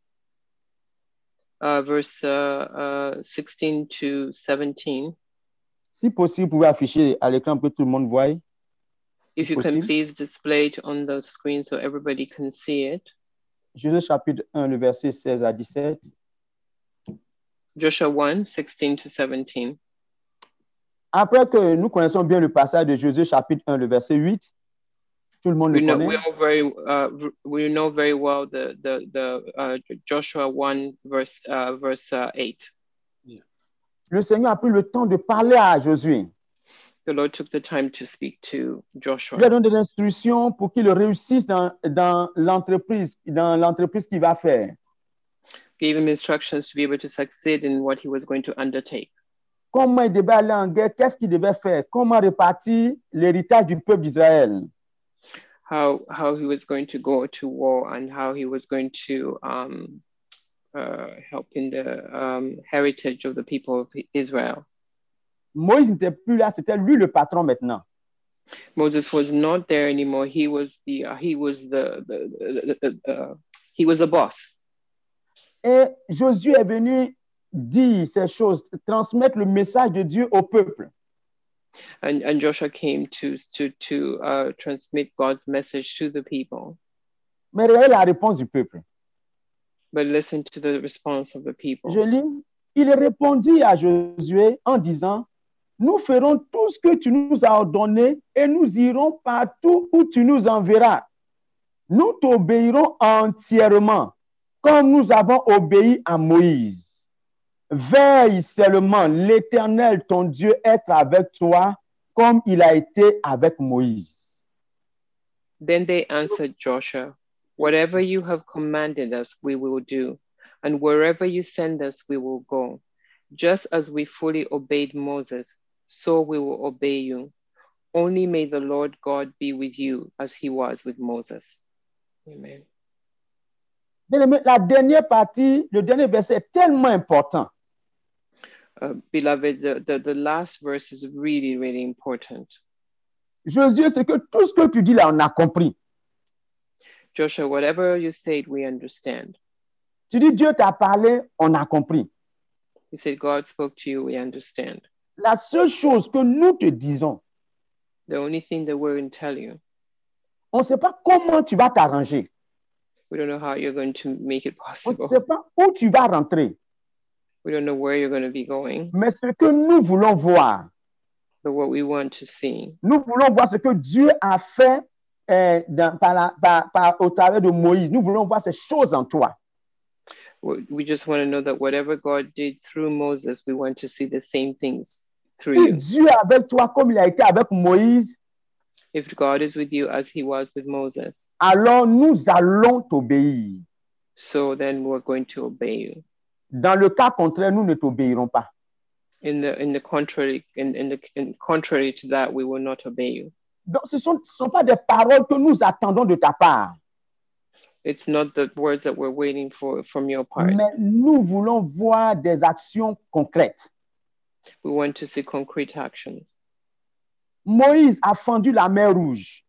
B: uh, verse uh, uh, 16 to 17.
A: Si possible, vous pouvez afficher à l'écran pour que tout le monde voie.
B: If you can
A: Possible.
B: please display it on the screen so everybody can see it.
A: Josué chapitre 1, le verset 16 à 17.
B: Joshua 1, 16 to 17.
A: Après que nous connaissons bien le passage de Josué chapitre 1, le verset 8, tout le monde
B: We
A: le
B: know,
A: connaît.
B: we, all very, uh, we know very well the, the, the uh, Joshua 1, verse, uh, verse uh, 8.
A: Le Seigneur a pris le temps de parler à Josué.
B: The Lord took the time to speak to
A: Il lui a
B: Joshua.
A: donné des instructions pour qu'il réussisse dans, dans l'entreprise, dans l'entreprise qu'il va faire.
B: gave him instructions to be able to succeed in what he was going to undertake.
A: Comment il devait aller en guerre? Qu'est-ce qu'il devait faire? Comment répartir l'héritage du peuple d'Israël?
B: how how he was going to go to war and how he was going to um, uh, help in the um, heritage of the people of Israel.
A: Moïse n'était plus là, c'était lui le patron maintenant.
B: Moses was not there anymore. He was the uh, he was the, the, the, the uh, he was the boss.
A: Et Josué est venu dire ces choses, transmettre le message de Dieu au peuple.
B: And, and Joshua came to to to uh, transmit God's message to the people.
A: Mais regardez la réponse du peuple.
B: But listen to the response of the people.
A: Je lis, il répondit à Josué en disant, nous ferons tout ce que tu nous as ordonné et nous irons partout où tu nous enverras. Nous t'obéirons entièrement, comme nous avons obéi à Moïse. Veille seulement, l'Éternel, ton Dieu, est avec toi, comme il a été avec Moïse.
B: Then they answered Joshua, Whatever you have commanded us, we will do, and wherever you send us, we will go. Just as we fully obeyed Moses, so we will obey you. Only may the Lord God be with you as he was with Moses. Amen.
A: Bien-aimés, La dernière partie, le dernier verset est tellement important.
B: Uh, beloved, the, the, the last verse is really, really important.
A: Josué, c'est que tout ce que tu dis là, on a compris.
B: Joshua, whatever you said, we understand.
A: Tu dis Dieu t'a parlé, on a compris.
B: You said God spoke to you, we understand.
A: La seule chose que nous te disons,
B: The only thing that we're going to tell you,
A: on ne sait pas comment tu vas t'arranger.
B: we don't know how you're going to make it
A: On ne
B: possible.
A: sait pas où tu vas rentrer.
B: We don't know where you're going to be going,
A: Mais ce que nous voulons voir,
B: but what we want to see
A: nous voulons voir ce que Dieu a fait euh, dans- par la- par- par- au travers de Moïse. Nous voulons voir ces choses en toi.
B: We we just want to know that whatever God did through Moses, we want to see the same things through
A: Si
B: you.
A: Dieu est avec toi comme il a été avec Moïse,
B: If God is with you as he was with Moses,
A: alors nous allons t'obéir.
B: so then we're going to obey you.
A: Dans le cas contraire, nous ne t'obéirons pas.
B: In the in the contrary in, in the in contrary to that, we will not obey you.
A: Donc, ce ne sont, ce sont pas des paroles que nous attendons de ta part,
B: It's not the words that we're waiting for from your part.
A: mais nous voulons voir des actions concrètes.
B: We want to see concrete actions.
A: Moïse a fendu la mer rouge.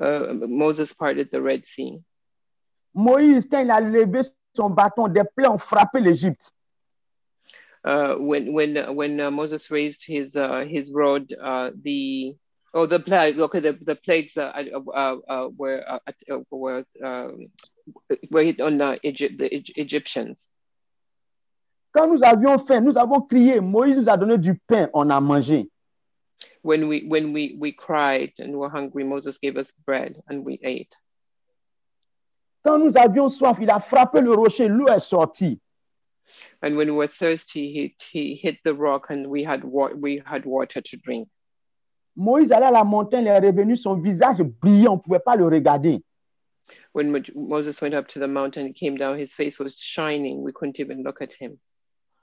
B: Uh, Moses parted the Red Sea.
A: Moïse, quand il a levé son bâton, des plaies ont frappé l'Égypte.
B: uh, when when uh, when uh, Moses raised his uh, his rod, uh, the oh the plague okay the the plagues uh, uh, uh, were uh, uh, were um, were hit on uh, Egypt the Egy- Egyptians.
A: Quand nous avions faim, nous avons crié. Moïse nous a donné du pain, on a mangé.
B: When we when we we cried and were hungry, Moses gave us bread and we ate.
A: Quand nous avions soif, il a frappé le rocher, l'eau est sortie.
B: And when we were thirsty, he he hit the rock and we had wa- we had water to drink.
A: Moïse allait à la montagne, il est revenu, son visage brillant, on ne pouvait pas le regarder.
B: When Mo- Moses went up to the mountain, he came down. His face was shining. We couldn't even look at him.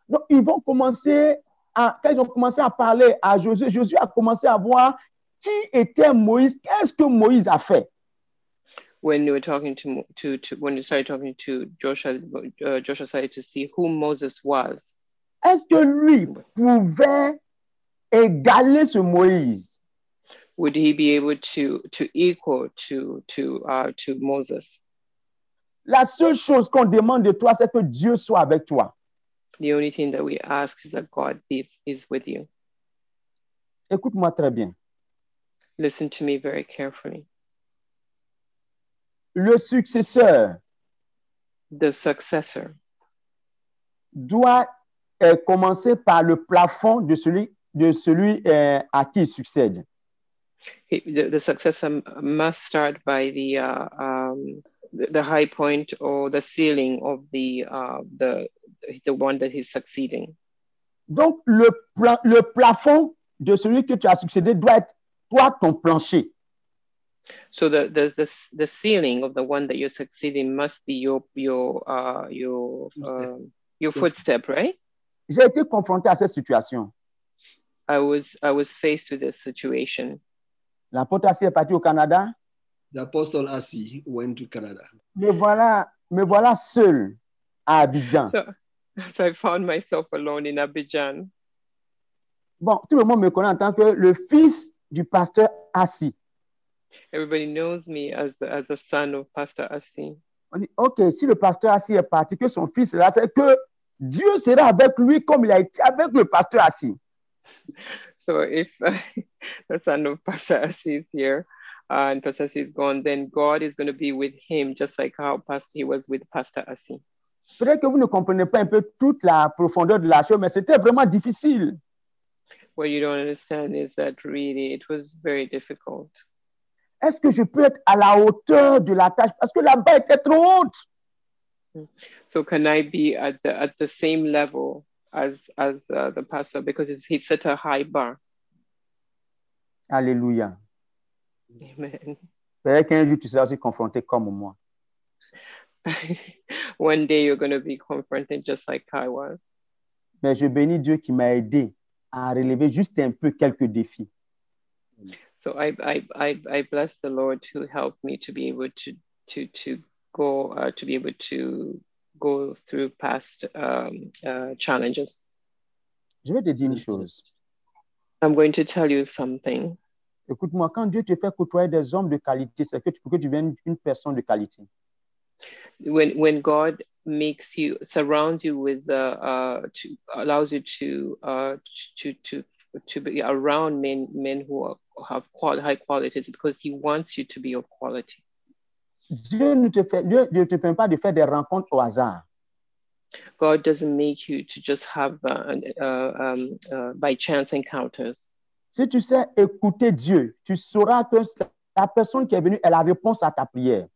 A: Donc, ils vont commencer à, quand ils ont commencé à parler à Josué, Josué a commencé à voir qui était Moïse, qu'est-ce que Moïse a fait.
B: when they were talking to Mo- to, to when you started talking to Joshua, uh, Joshua started to see who Moses was.
A: Est-ce que lui pouvait égaler ce Moïse?
B: Would he be able to to equal to to uh, to Moses?
A: La seule chose qu'on demande de toi, c'est que Dieu soit avec toi.
B: The only thing that we ask is that God is is with you.
A: Écoute-moi très bien.
B: Listen to me very carefully.
A: Le successeur
B: The successor
A: doit euh, commencer par le plafond de celui, de celui euh, à qui il succède.
B: he, the, the successor must start by the uh, um, the the high point or the ceiling of the uh, the the one that he's succeeding.
A: Donc, le, pla- le plafond de celui que tu as succédé doit être toi, ton plancher.
B: So the the the, the ceiling of the one that you're succeeding must be your your uh, your
C: Footstep.
B: um, your footstep, right?
A: J'ai été confronté à cette situation.
B: I was I was faced with this situation.
A: L'apôtre Assis est parti au Canada.
C: The apostle Asi went to Canada.
A: Me voilà, me voilà seul à Abidjan.
B: So, so I found myself alone in Abidjan.
A: Bon, tout le monde me connaît en tant que le fils du pasteur Assis.
B: Everybody knows me as the, as the son of Pastor Asi.
A: On dit, OK, si le pasteur assis est parti, que son fils est là, c'est que Dieu sera avec lui comme il a été avec le pasteur assis.
B: So if the son of Pastor Asi is here uh, and Pastor Asi is gone, then God is going to be with him, just like how Pastor he was with Pastor Asi.
A: Peut-être que vous ne comprenez pas un peu toute la profondeur de la chose, mais c'était vraiment difficile.
B: What you don't understand is that really it was very difficult.
A: Est-ce que je peux être à la hauteur de la tâche? Parce que là-bas était trop haute.
B: So can I be at the at the same level as as uh, the pastor because it's, he set a high bar.
A: Alléluia.
B: Amen.
A: Peut-être qu'un jour, tu seras aussi confronté comme moi.
B: One day you're going to be confronted just like I was.
A: Mais je bénis Dieu qui m'a aidé à relever juste un peu quelques défis.
B: So I I I, I bless the Lord who helped me to be able to to to go uh, to be able to go through past um, uh, challenges.
A: Je vais te dire une chose.
B: I'm going to tell you something.
A: Écoute-moi, quand Dieu te fait côtoyer des hommes de qualité, c'est que tu, pour que tu deviennes une personne de qualité.
B: When when God makes you surrounds you with uh, uh to allows you to uh to to to be around men men who are, have qual- high qualities because He wants you to be of quality.
A: Dieu ne te, fait, Dieu ne te permet pas de faire des rencontres au hasard.
B: God doesn't make you to just have uh, an- uh, um, uh, by chance encounters.
A: Si tu sais écouter Dieu, tu sauras que la personne qui est venue est la réponse à ta prière.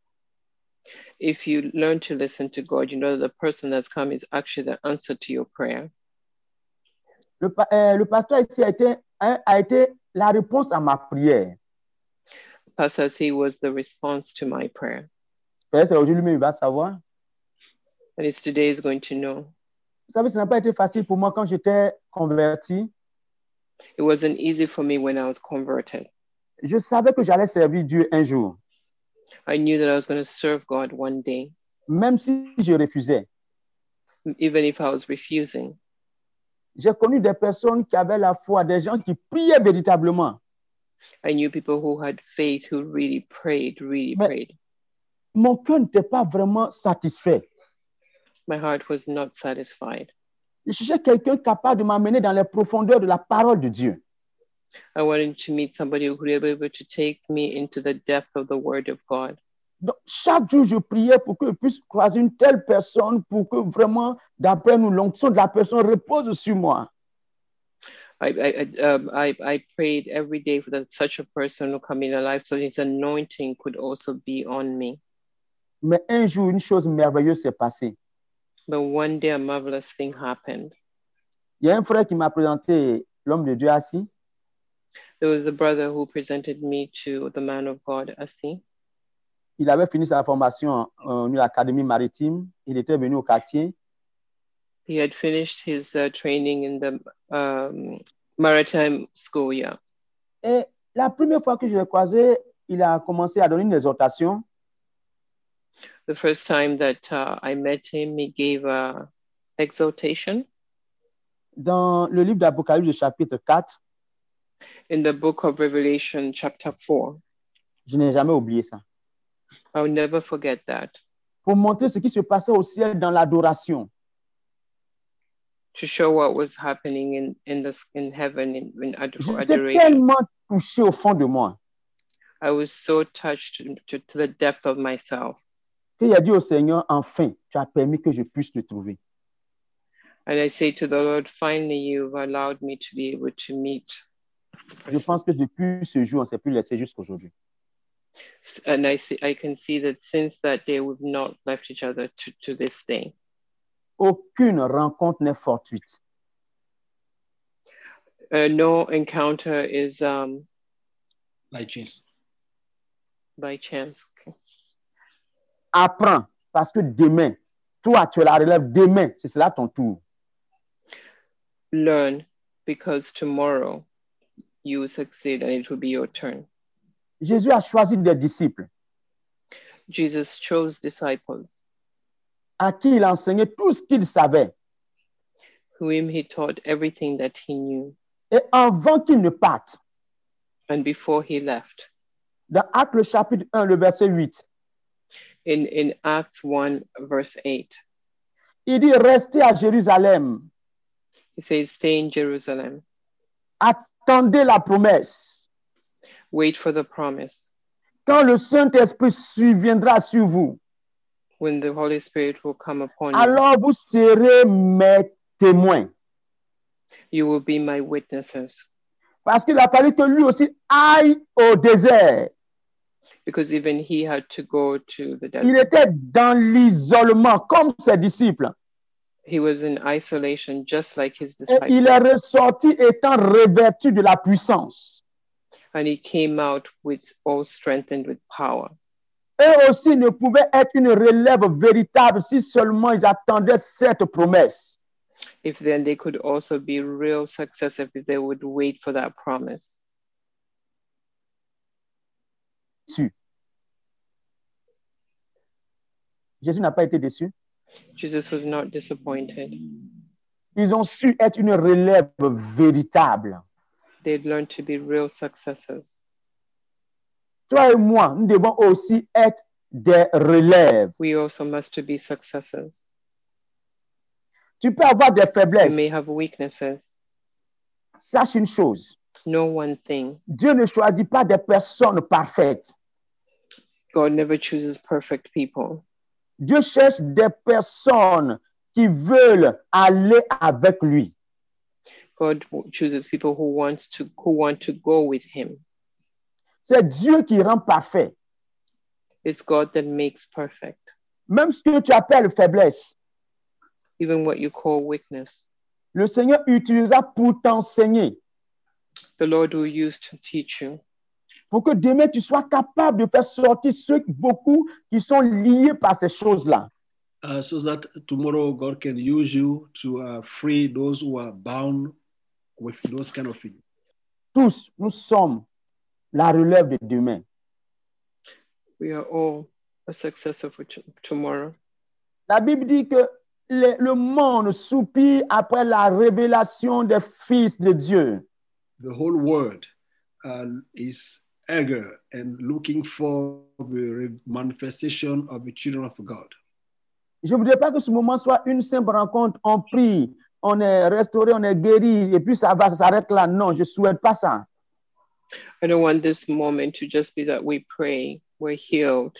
B: If you learn to listen to God, you know that the person that's come is actually the answer to your prayer.
A: Le, pa- euh, le pasteur ici a été, hein, a été la réponse à ma prière.
B: Pastor C was the response to my prayer.
A: Peut-être c'est aujourd'hui lui-même, il va savoir.
B: And it's today is going to know.
A: Vous savez, ça n'a pas été facile pour moi quand j'étais converti.
B: It wasn't easy for me when I was converted.
A: Je savais que j'allais servir Dieu un jour,
B: I knew that I was going to serve God one day,
A: même si je refusais.
B: even if I was refusing.
A: J'ai connu des personnes qui avaient la foi, des gens qui priaient véritablement.
B: I knew people who had faith, who really prayed, really
A: But-
B: prayed.
A: Mon cœur n'était pas vraiment satisfait.
B: My heart was not satisfied.
A: Je cherchais quelqu'un capable de m'amener dans les profondeurs de la parole de Dieu.
B: I wanted to meet somebody who would be able to take me into the depth of the Word of God.
A: Donc, chaque jour, je priais pour que je puisse croiser une telle personne, pour que vraiment, d'après nous, l'onction de la personne repose sur moi.
B: I I, I, um, I I prayed every day for that such a person will come in my life, so His anointing could also be on me.
A: Mais un jour, une chose merveilleuse s'est passée.
B: But one day, a marvelous thing happened.
A: Il y a un frère qui m'a présenté l'homme de Dieu assis.
B: There was a brother who presented me to the man of God, Asi.
A: Il avait fini sa formation en en l'académie maritime. Il était venu au quartier.
B: He had finished his uh, training in the um, maritime school. Yeah,
A: Et la première fois que je l'ai croisé, il a commencé à donner une exhortation.
B: the first time that uh, I met him, he gave a exhortation
A: Dans le livre d'Apocalypse, au chapitre 4,
B: in the book of Revelation, chapter four.
A: je n'ai jamais oublié ça.
B: I'll never forget that.
A: Pour montrer ce qui se passait au ciel dans l'adoration.
B: To show what was happening in in this in heaven in, in ad- for
A: J'étais
B: adoration,
A: tellement touché au fond de moi
B: I was so touched to, to, to the depth of myself,
A: qu'il a dit au Seigneur, enfin, tu as permis que je puisse te trouver.
B: and I say to the Lord, finally, you've allowed me to be able to meet. the
A: Je
B: person."
A: pense que depuis ce jour, on ne s'est plus laissé jusqu'aujourd'hui.
B: And I see, I can see that since that day, we've not left each other to, to this day.
A: Aucune rencontre n'est fortuite.
B: Uh, no encounter is um,
C: By chance.
B: by chance. Okay.
A: Apprends, parce que demain, toi, tu es la relève demain, c'est cela ton tour.
B: Learn because tomorrow you will succeed and it will be your turn.
A: Jésus a choisi des disciples
B: Jesus chose disciples
A: à qui il enseignait tout ce qu'il savait.
B: whom he taught everything that he knew.
A: Et avant qu'ils ne partent,
B: And before he left,
A: dans Actes le chapitre 1, le verset 8,
B: in, in Acts 1, verse 8,
A: il dit Restez à Jérusalem,
B: he says, Stay in Jerusalem,
A: attendez la promesse.
B: wait for the promise.
A: Quand le Saint-Esprit surviendra sur vous,
B: When the Holy Spirit will come upon you,
A: alors vous serez mes témoins.
B: you will be my witnesses.
A: Parce qu'il a fallu que lui aussi aille au désert.
B: Because even he had to go to the
A: Il
B: desert.
A: était dans l'isolement comme ses disciples.
B: He was in isolation, just like his
A: Et
B: disciples.
A: il est ressorti étant revêtu de la puissance.
B: and he came out with all strengthened with power.
A: Eux aussi ne pouvaient être une relève véritable si seulement ils attendaient cette promesse.
B: If then they could also be real successive if they would wait for that promise.
A: Déçu. Jésus n'a pas été déçu.
B: Jesus was not disappointed.
A: Ils ont su être une relève véritable.
B: They'd learned to be real successors.
A: Toi et moi, nous devons aussi être des relèves.
B: We also must to be successors.
A: Tu peux avoir des
B: We may
A: faiblesses.
B: have weaknesses.
A: Sache une chose.
B: No one thing.
A: Dieu ne choisit pas des personnes parfaites.
B: God never chooses perfect people.
A: Dieu cherche des personnes qui veulent aller avec lui.
B: God w- chooses people who wants to who want to go with him.
A: C'est Dieu qui rend parfait.
B: It's God that makes perfect,
A: Même ce que tu appelles faiblesse,
B: even what you call weakness.
A: le Seigneur utilisera pour t'enseigner,
B: The Lord will use to teach you
A: pour que demain tu sois capable de faire sortir ceux beaucoup qui sont liés par ces choses-là.
C: uh, so that tomorrow God can use you to uh, free those who are bound with those kind of things.
A: Tous, nous sommes la relève de demain.
B: we are all a successor for t- tomorrow.
A: La Bible dit que le, le monde soupire après la révélation des fils de Dieu.
C: The whole world uh, is eager and looking for the re- manifestation of the children of God.
A: Je ne voudrais pas que ce moment soit une simple rencontre. On prie, on est restauré, on est guéri, et puis ça va, ça s'arrête là. Non, je ne souhaite pas ça.
B: I don't want this moment to just be that we pray, we're healed,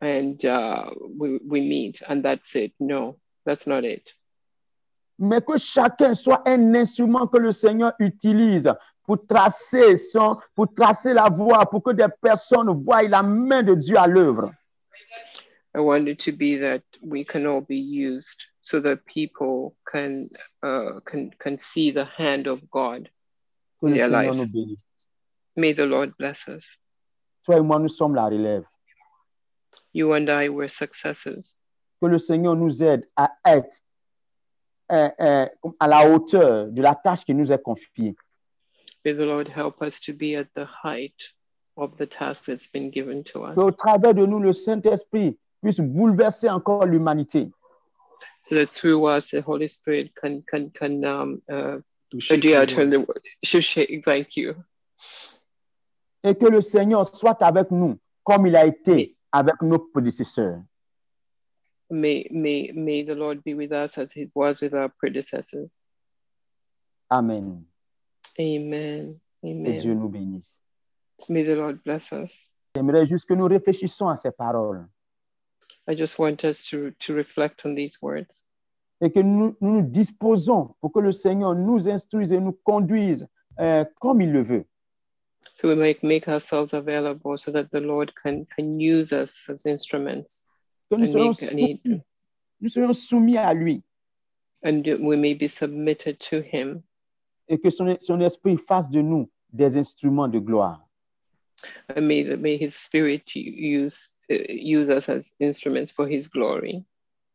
B: and uh, we, we meet, and that's it. No, that's not it.
A: Mais que chacun soit un instrument que le Seigneur utilise pour tracer, son, pour tracer la voie, pour que des personnes voient la main de Dieu à l'œuvre.
B: I want it to be that we can all be used so that people can uh, can can see the hand of God.
A: Que le
B: Yeah,
A: Seigneur
B: life.
A: nous bénisse.
B: May the Lord bless us.
A: Toi et moi, nous sommes la relève.
B: You and I were successors.
A: que le Seigneur nous aide à être euh, euh, à la hauteur de la tâche qui nous est confiée.
B: May the Lord help us to be at the height of the task that's been given to us,
A: Qu'au travers de nous, le Saint-Esprit puisse bouleverser encore l'humanité.
B: so that through us the Holy Spirit can can can um, uh,
C: To shake
B: do out
C: the
B: turn
C: world.
B: the world. Should shake- Thank you.
A: Et que le Seigneur soit avec nous comme il a été avec nos prédécesseurs.
B: May may may the Lord be with us as He was with our predecessors.
A: Amen.
B: Amen.
A: Que Dieu
B: Amen.
A: nous bénisse.
B: May the Lord bless us.
A: J'aimerais juste que nous réfléchissions à ces paroles
B: I just want us to, to reflect on these words
A: et que nous nous, nous disposons pour que le Seigneur nous instruise et nous conduise euh, comme il le veut.
B: so we might make ourselves available so that the Lord can, can use us as instruments
A: Que nous
B: and,
A: soyons
B: make, and,
A: soumis,
B: he-
A: nous soyons soumis à lui
B: and we may be submitted to Him
A: et que son, son esprit fasse de nous des instruments de gloire.
B: And may, may his spirit u- use, uh, use us as instruments for his glory.